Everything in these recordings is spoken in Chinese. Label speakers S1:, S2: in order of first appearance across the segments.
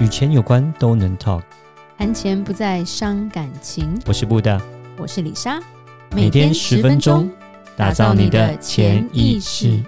S1: 与钱有关都能 talk。
S2: 谈钱不再伤感情。
S1: 我是布大，
S2: 我是李莎，
S1: 每天十分钟，打造你的潜意识，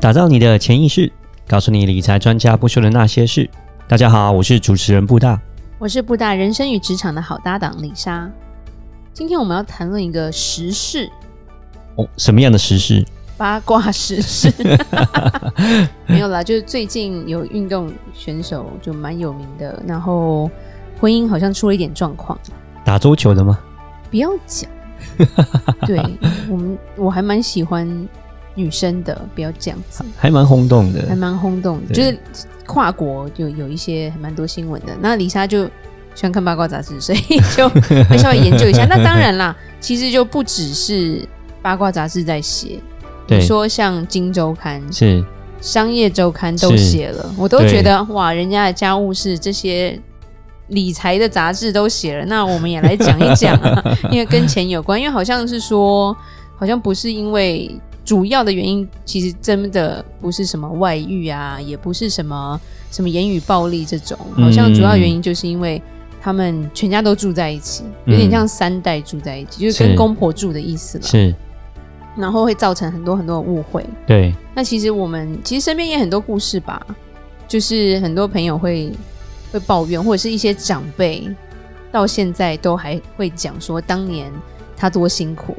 S1: 打造你的潜意识，告诉你理财专家不说的那些事。大家好，我是主持人布大。
S2: 我是布大人生与职场的好搭档李莎。今天我们要谈论一个时事，
S1: 哦，什么样的时事？
S2: 八卦 时事。没有啦，就是最近有运动选手就蛮有名的，然后婚姻好像出了一点状况，
S1: 打桌球的吗？
S2: 不要 讲。对我们，我还蛮喜欢女生的，不要这样子。
S1: 还蛮轰动
S2: 还
S1: 的。
S2: 蛮轰动的，就
S1: 对
S2: 是跨国就有一些还蛮多新闻的。那李莎就喜欢看八卦杂志，所以 就会稍微研究一下。 那当然啦，其实就不只是八卦杂志在写，
S1: 对
S2: 你，说像《金周刊》《
S1: 是
S2: 商业周刊》都
S1: 是
S2: 写了，我都
S1: 对
S2: 觉得哇，人家的家务事这些。理财的杂志都写了，那我们也来讲一讲 啊，因为跟钱有关，因为好像是说，好像不是因为主要的原因，其实真的不是什么外遇啊，也不是什么什么言语暴力这种，
S1: 嗯
S2: 好像主要原因就是因为他们全家都住在一起，
S1: 嗯
S2: 有点像三代住在一起，就是
S1: 是
S2: 跟公婆住的意思了，
S1: 是，
S2: 然后会造成很多很多的误会。
S1: 对，
S2: 那其实我们其实身边也很多故事吧，就是很多朋友会会抱怨，或者是一些长辈到现在都还会讲说当年他多辛苦，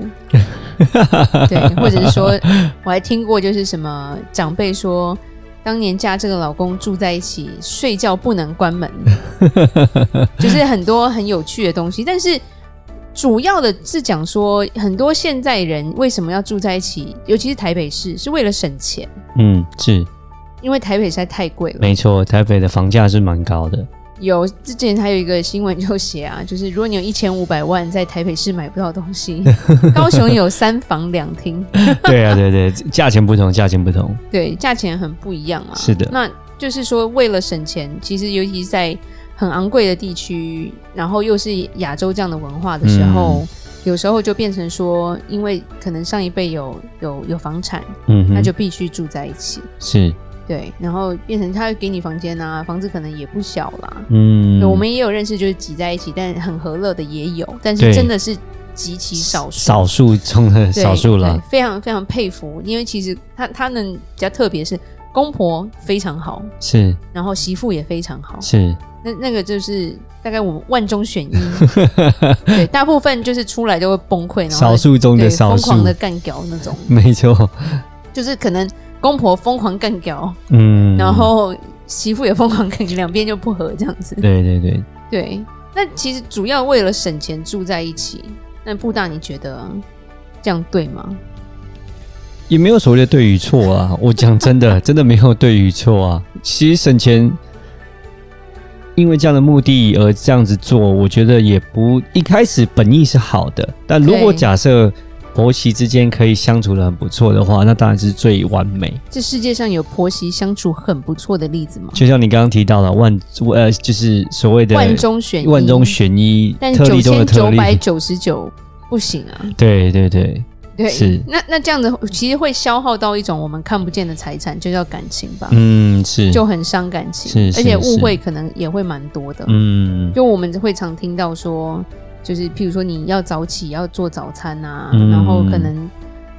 S2: 对，或者是说我还听过就是什么长辈说。当年嫁这个老公住在一起，睡觉不能关门，就是很多很有趣的东西。但是主要的是讲说，很多现在人为什么要住在一起，尤其是台北市，是为了省钱。
S1: 嗯，是
S2: 因为台北实在太贵了。
S1: 没错。台北的房价是蛮高的。
S2: 有之前还有一个新闻就写啊，就是如果你有一千五百万在台北市买不到东 西，高雄有三房两厅，
S1: 对啊，对对，价钱不同，价钱不同。
S2: 对，价钱很不一样啊。
S1: 是的
S2: 那就是说为了省钱，其实尤其在很昂贵的地区，然后又是亚洲这样的文化的时候。
S1: 嗯
S2: 有时候就变成说，因为可能上一辈有有有房产，
S1: 嗯哼，
S2: 那就必须住在一起，
S1: 是，
S2: 对，然后变成他会给你房间啊，房子可能也不小啦，
S1: 嗯，
S2: 对我们也有认识，就是挤在一起，但很和乐的也有，但是
S1: 对
S2: 真的是极其少数，
S1: 少数中的
S2: 对
S1: 少数了。
S2: 对非常非常佩服，因为其实他他们比较特别是公婆非常好，
S1: 是
S2: 然后媳妇也非常好，
S1: 是，
S2: 那那个就是大概我们万中 选一，对，大部分就是出来都会崩溃，然后
S1: 少数中
S2: 对
S1: 的少
S2: 疯
S1: 数
S2: 狂，的干掉那种，
S1: 没错，
S2: 就是可能公婆疯狂干掉，
S1: 嗯，
S2: 然后媳妇也疯狂干，两边就不和这样子，
S1: 对对对，
S2: 对，那其实主要为了省钱住在一起。那布大，你觉得这样对吗？
S1: 也没有所谓的对与错啊。 我讲真 的，真的没有对与错啊。其实省钱，因为这样的目的而这样子做，我觉得也不一开始本意是好的，但如果
S2: 对
S1: 假设婆媳之间可以相处的很不错的话，那当然是最完美。
S2: 这世界上有婆媳相处很不错的例子吗？
S1: 就像你刚刚提到的万呃，就是所谓的
S2: 万中选一，
S1: 万中，选一，
S2: 但
S1: 特
S2: 九
S1: 例中的
S2: 千
S1: 特
S2: 九百
S1: 例。
S2: 九十九不行啊。
S1: 对对对，
S2: 对，
S1: 是
S2: 那那这样子其实会消耗到一种我们看不见的财产，就叫感情吧，
S1: 嗯，是，
S2: 啊就很伤感情，
S1: 是是
S2: 而且误
S1: 是
S2: 会可能也会蛮多的。
S1: 嗯
S2: 就我们会常听到说，就是譬如说你要早起要做早餐啊，
S1: 嗯
S2: 然后可能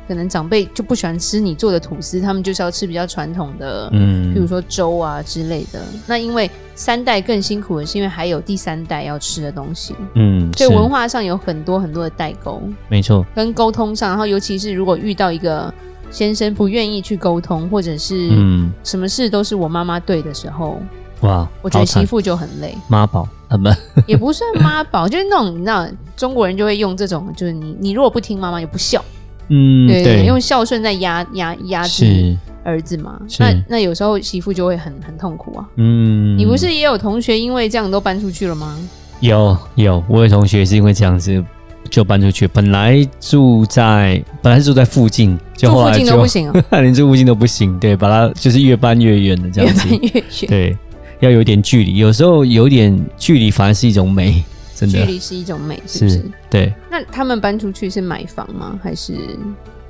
S2: 可能长辈就不喜欢吃你做的吐司，他们就是要吃比较传统的，
S1: 嗯，
S2: 譬如说粥啊之类的。那因为三代更辛苦的是，因为还有第三代要吃的东西，
S1: 嗯，
S2: 所以
S1: 是
S2: 文化上有很多很多的代沟
S1: 没错，
S2: 跟沟通上，然后尤其是如果遇到一个先生不愿意去沟通，或者是
S1: 嗯，
S2: 什么事都是我妈妈对的时候，
S1: 哇，
S2: 我觉得
S1: 好
S2: 媳
S1: 惨
S2: 妇就很累。
S1: 妈宝啊不，
S2: 也不算妈宝，就是那种你知道，中国人就会用这种，就是你你如果不听妈妈，也不孝，
S1: 嗯，
S2: 对，
S1: 对，
S2: 用孝顺在压压压制
S1: 是，
S2: 儿子嘛。
S1: 是
S2: 那那有时候媳妇就会很很痛苦啊。
S1: 嗯，
S2: 你不是也有同学因为这样都搬出去了吗？
S1: 有有，我有同学是因为这样子就搬出去，本来住在本来是住在附近，就
S2: 住
S1: 后
S2: 附
S1: 来
S2: 近
S1: 就
S2: 都不行啊，
S1: 连住附近都不行，对，把它就是越搬越远的这
S2: 越
S1: 样 子
S2: 搬，越远。
S1: 对，要有点距离，有时候有点距离反而是一种美， 真
S2: 距
S1: 的
S2: 离是一种美，是不是？
S1: 对。
S2: 那他们搬出去是买房吗？还是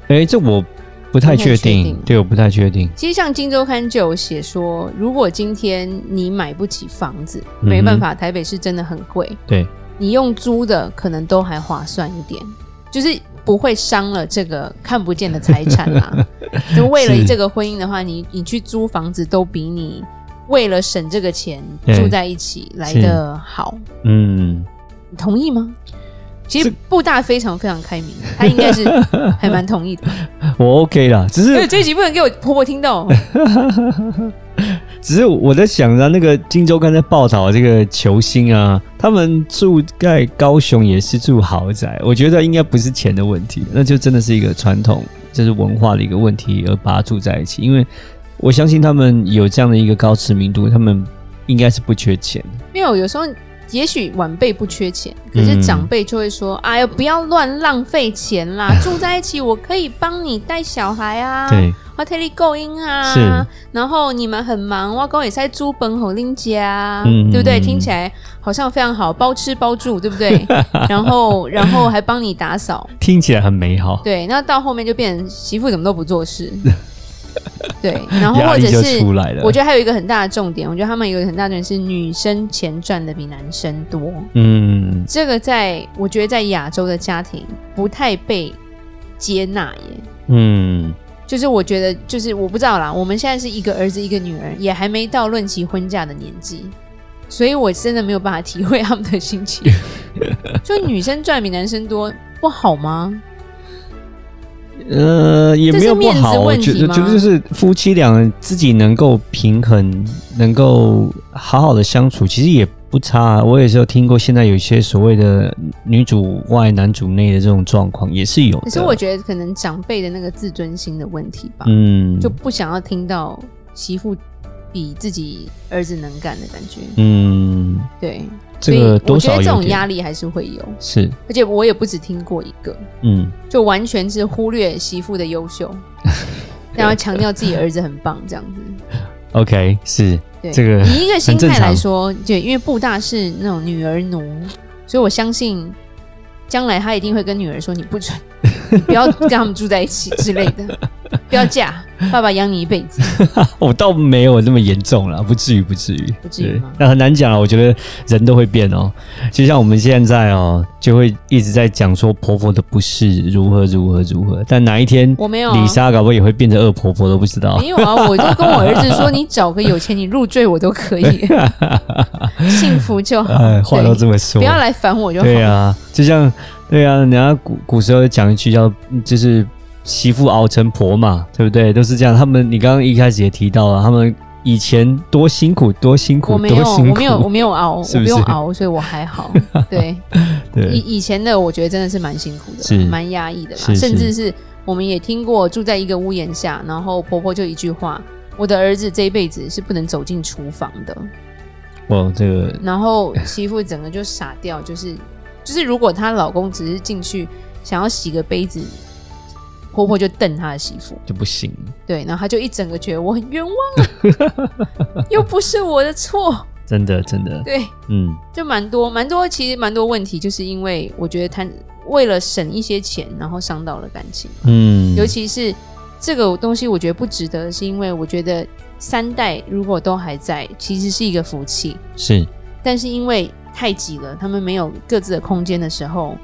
S1: 哎，这我不太
S2: 不太确
S1: 确定，
S2: 定
S1: 对，我不太确定。
S2: 其实像《金周刊》就有写说，如果今天你买不起房子，
S1: 嗯哼
S2: 没办法，台北市真的很贵，
S1: 对，
S2: 你用租的可能都还划算一点，就是不会伤了这个看不见的财产啦。 就为了
S1: 是
S2: 这个婚姻的话，你你去租房子都比你为了省这个钱
S1: 对
S2: 住在一起来
S1: 是
S2: 的好，
S1: 嗯，
S2: 你同意吗？其实
S1: 这
S2: 布大非常非常开明，他应该是还蛮同意 的。
S1: 我 OK 啦，只
S2: 对，
S1: 是
S2: 这一集不能给我婆婆听到哦，
S1: 只是我在想啊，那个《金周刊》在报道啊这个球星啊，他们住在高雄也是住豪宅，我觉得应该不是钱的问题，那就真的是一个传统，就是文化的一个问题，而把它住在一起。因为我相信他们有这样的一个高知名度，他们应该是不缺钱。
S2: 没有，有时候也许晚辈不缺钱，可是
S1: 嗯
S2: 长辈就会说：“哎呀，不要乱浪费钱 啦，住在一起我可以帮你带小孩啊，
S1: 对，
S2: 我替你够音啊
S1: 是，
S2: 然后你们很忙，我公也在租本吼令家，
S1: 嗯
S2: 对不对？
S1: 嗯
S2: 听起来好像非常好，包吃包住，对 不对？然后然后还帮你打扫，
S1: 听起来很美好，
S2: 对，那到后面就变成媳妇怎么都不做事， 对，然后
S1: 压
S2: 或者
S1: 力就是出来了。
S2: 我觉得还有一个很大的重点，我觉得他们有一个很大的重点是女生钱赚的比男生多，
S1: 嗯，
S2: 这个在我觉得在亚洲的家庭不太被接纳耶。
S1: 嗯，
S2: 就是我觉得，就是我不知道啦，我们现在是一个儿子一个女儿，也还没到论及婚嫁的年纪，所以我真的没有办法体会他们的心情。就女生赚比男生多不好吗？
S1: 呃，也没有不
S2: 这是面子
S1: 好，我
S2: 问题
S1: 觉得
S2: 吗
S1: 就就是夫妻两人自己能够平衡，能够好好的相处，其实也不差啊、我也是有听过，现在有一些所谓的女主外男主内的这种状况也是有的。
S2: 可是我觉得可能长辈的那个自尊心的问题吧，
S1: 嗯，
S2: 就
S1: 就
S2: 不想要听到媳妇比自己儿子能干的感觉。
S1: 嗯，
S2: 对，
S1: 这个
S2: 所以我
S1: 多
S2: 觉
S1: 少
S2: 得这
S1: 有
S2: 种
S1: 点
S2: 压力还是会有，
S1: 是，
S2: 而且我也不只听过一个，
S1: 嗯，
S2: 就完全是忽略媳妇的优 秀，然后强调自己儿子很棒这样子。
S1: OK，是
S2: 对，
S1: 这个
S2: 以一个心
S1: 很正
S2: 态
S1: 常
S2: 来说，对，因为布大是那种女儿奴，所以我相信将来他一定会跟女儿说：“你不 准，你不要跟他们住在一起之类的，不要嫁，爸爸养你一辈子。”
S1: 我哦倒没有那么严重啦，不至于，不至于，
S2: 不至于
S1: 对
S2: 吗
S1: 那很难讲啊了，我觉得人都会变哦。就像我们现在哦，就会一直在讲说婆婆的不是如何如何如何，但哪一天
S2: 我没有、啊
S1: 李。莎搞不好也会变成恶婆婆都不知道
S2: 没。有啊，我都跟我儿子说，你找个有钱，你入赘我都可以， 幸福就好。
S1: 哎，话都这么说，
S2: 啊不要来烦我就好。
S1: 对啊，就像对啊，人家古古时候讲一句叫就是媳妇熬成婆嘛，对不对？都是这样。他们你刚刚一开始也提到了，他们以前多辛苦，多辛苦，
S2: 我没有，
S1: 多辛
S2: 我
S1: 苦，
S2: 没有，我没有 熬，
S1: 是不
S2: 我不
S1: 是
S2: 用熬，所以我还 好。对，以
S1: 对，
S2: 以前的我觉得真的是蛮辛苦
S1: 是
S2: 的，蛮压抑的啦，
S1: 是是
S2: 甚至是我们也听过住在一个屋檐下，然后婆婆就一句话：“我的儿子这一辈子是不能走进厨房的。
S1: 哇，这个”
S2: 然后媳妇整个就傻掉，就是就是如果她老公只是进去想要洗个杯子，婆婆就瞪她的媳妇。
S1: 就不行。
S2: 对，然后他就一整个觉得我很冤枉啊，又不是我的错，
S1: 真的，真的，
S2: 对，
S1: 嗯，
S2: 就蛮多蛮多，其实蛮多问题，就是因为我觉得他为了省一些钱，然后伤到了感情，
S1: 嗯，
S2: 尤其是这个东西，我觉得不值得，是因为我觉得三代如果都还在，其实是一个福气，
S1: 是
S2: 但是因为太挤了，他们没有各自的空间的时候。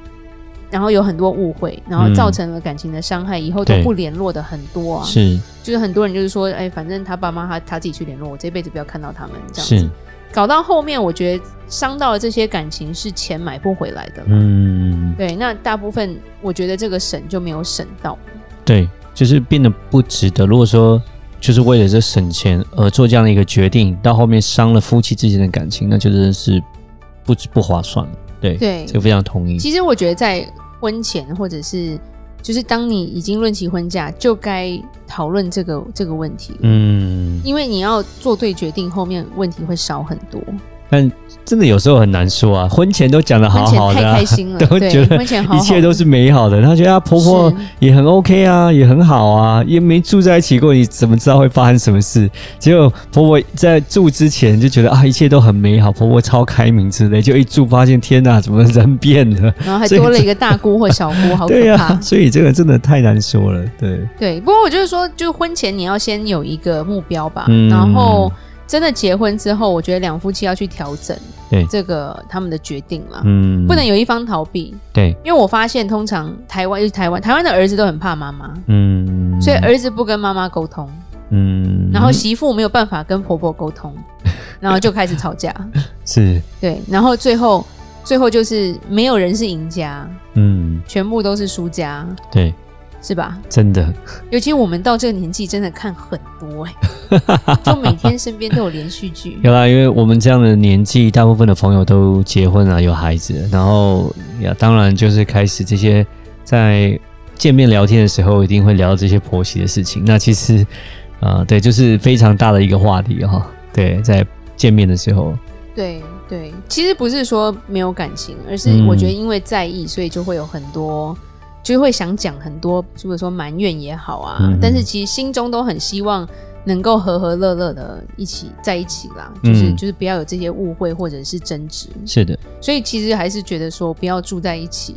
S2: 然后有很多误会，然后
S1: 嗯
S2: 造成了感情的伤害，以后都
S1: 对
S2: 不联络的很多啊。
S1: 嗯是
S2: 就是很多人就是说，哎、反正他爸妈他他自己去联络，我这辈子不要看到他们这样子。
S1: 是，
S2: 搞到后面，我觉得伤到了这些感情是钱买不回来的了。
S1: 嗯，
S2: 对，那大部分我觉得这个省就没有省到。
S1: 对，就是变得不值得。如果说就是为了这省钱而做这样的一个决定，到后面伤了夫妻之间的感情，那就真的是不不划算了。对，
S2: 对
S1: 这个非常同意。
S2: 其实我觉得在婚前或者是就是当你已经论及婚嫁，就该讨论这个这个问题了。
S1: 嗯，
S2: 因为你要做对决定，后面问题会少很多。
S1: 但真的有时候很难说啊。婚前都讲的好
S2: 婚前
S1: 好
S2: 太
S1: 的、啊
S2: 开，心了，
S1: 都觉
S2: 对，
S1: 得
S2: 婚前好 好，
S1: 一切都是美好的，她觉得她婆婆
S2: 是
S1: 也很 OK 啊，也很好啊，也没住在一起过，你怎么知道会发生什么事？结果婆婆在住之前就觉得啊，一切都很美好，婆婆超开明之类，就一住发现天哪，怎么人变了？
S2: 然后还
S1: 所以
S2: 多了
S1: 这
S2: 一个大姑或小姑，好可
S1: 对
S2: 怕啊
S1: 啊，。所以这个真的太难说了。对，
S2: 对，不过我就是说，就婚前你要先有一个目标吧，
S1: 嗯
S2: 然后真的结婚之后，我觉得两夫妻要去调整
S1: 对
S2: 这个他们的决定啦，
S1: 嗯，
S2: 不能有一方逃避，
S1: 对，
S2: 因为我发现通常台湾就是台湾，台湾的儿子都很怕妈妈，
S1: 嗯，
S2: 所以儿子不跟妈妈沟通，
S1: 嗯，
S2: 然后媳妇没有办法跟婆婆沟通，然后就开始吵架，
S1: 是
S2: 对，然后最后最后就是没有人是赢家，
S1: 嗯，
S2: 全部都是输家，
S1: 对，
S2: 是吧？
S1: 真的，
S2: 尤其我们到这个年纪，真的看很 多哎、就每天身边都有连续剧。
S1: 有啦，因为我们这样的年纪，大部分的朋友都结婚啊了，有孩子，然后呀，当然就是开始这些在见面聊天的时候，一定会聊到这些婆媳的事情。那其实，啊、对，就是非常大的一个话题哈、对，在见面的时候，
S2: 对对，其实不是说没有感情，而是
S1: 嗯
S2: 我觉得因为在意，所以就会有很多，就会想讲很多，如果说埋怨也好啊，
S1: 嗯
S2: 但是其实心中都很希望能够和和乐乐的一起在一起啦，就是、
S1: 嗯
S2: 就是不要有这些误会或者是争执，
S1: 是的，
S2: 所以其实还是觉得说不要住在一起，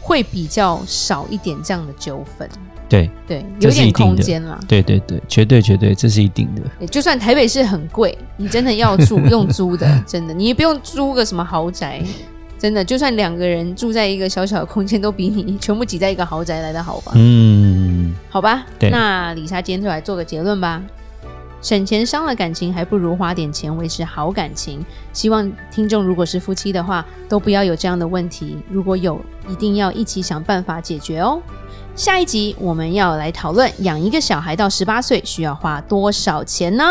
S2: 会比较少一点这样的纠纷，
S1: 对，
S2: 对，
S1: 这
S2: 有
S1: 是
S2: 点
S1: 一定
S2: 空
S1: 的
S2: 间啦。
S1: 对对对，绝对绝对，这是一定的。
S2: 就算台北市很贵，你真的要住用租 的，真的，你也不用租个什么豪宅，真的，就算两个人住在一个小小的空间，都比你全部挤在一个豪宅来的好吧？
S1: 嗯，
S2: 好吧，
S1: 对
S2: 那李莎今天就来做个结论吧。省钱伤了感情，还不如花点钱维持好感情。希望听众如果是夫妻的话，都不要有这样的问题。如果有，一定要一起想办法解决哦。下一集我们要来讨论养一个小孩到十八岁需要花多少钱呢？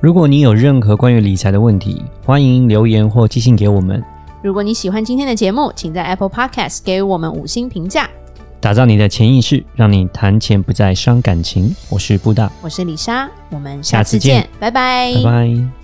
S1: 如果你有任何关于理财的问题，欢迎留言或寄信给我们，
S2: 如果你喜欢今天的节目，请在 Apple Podcast 给我们五星评价。
S1: 打造你的潜意识，让你谈钱不再伤感情。我是布大，
S2: 我是李莎，我们
S1: 下
S2: 下
S1: 次
S2: 次
S1: 见
S2: 见，拜拜
S1: 拜拜。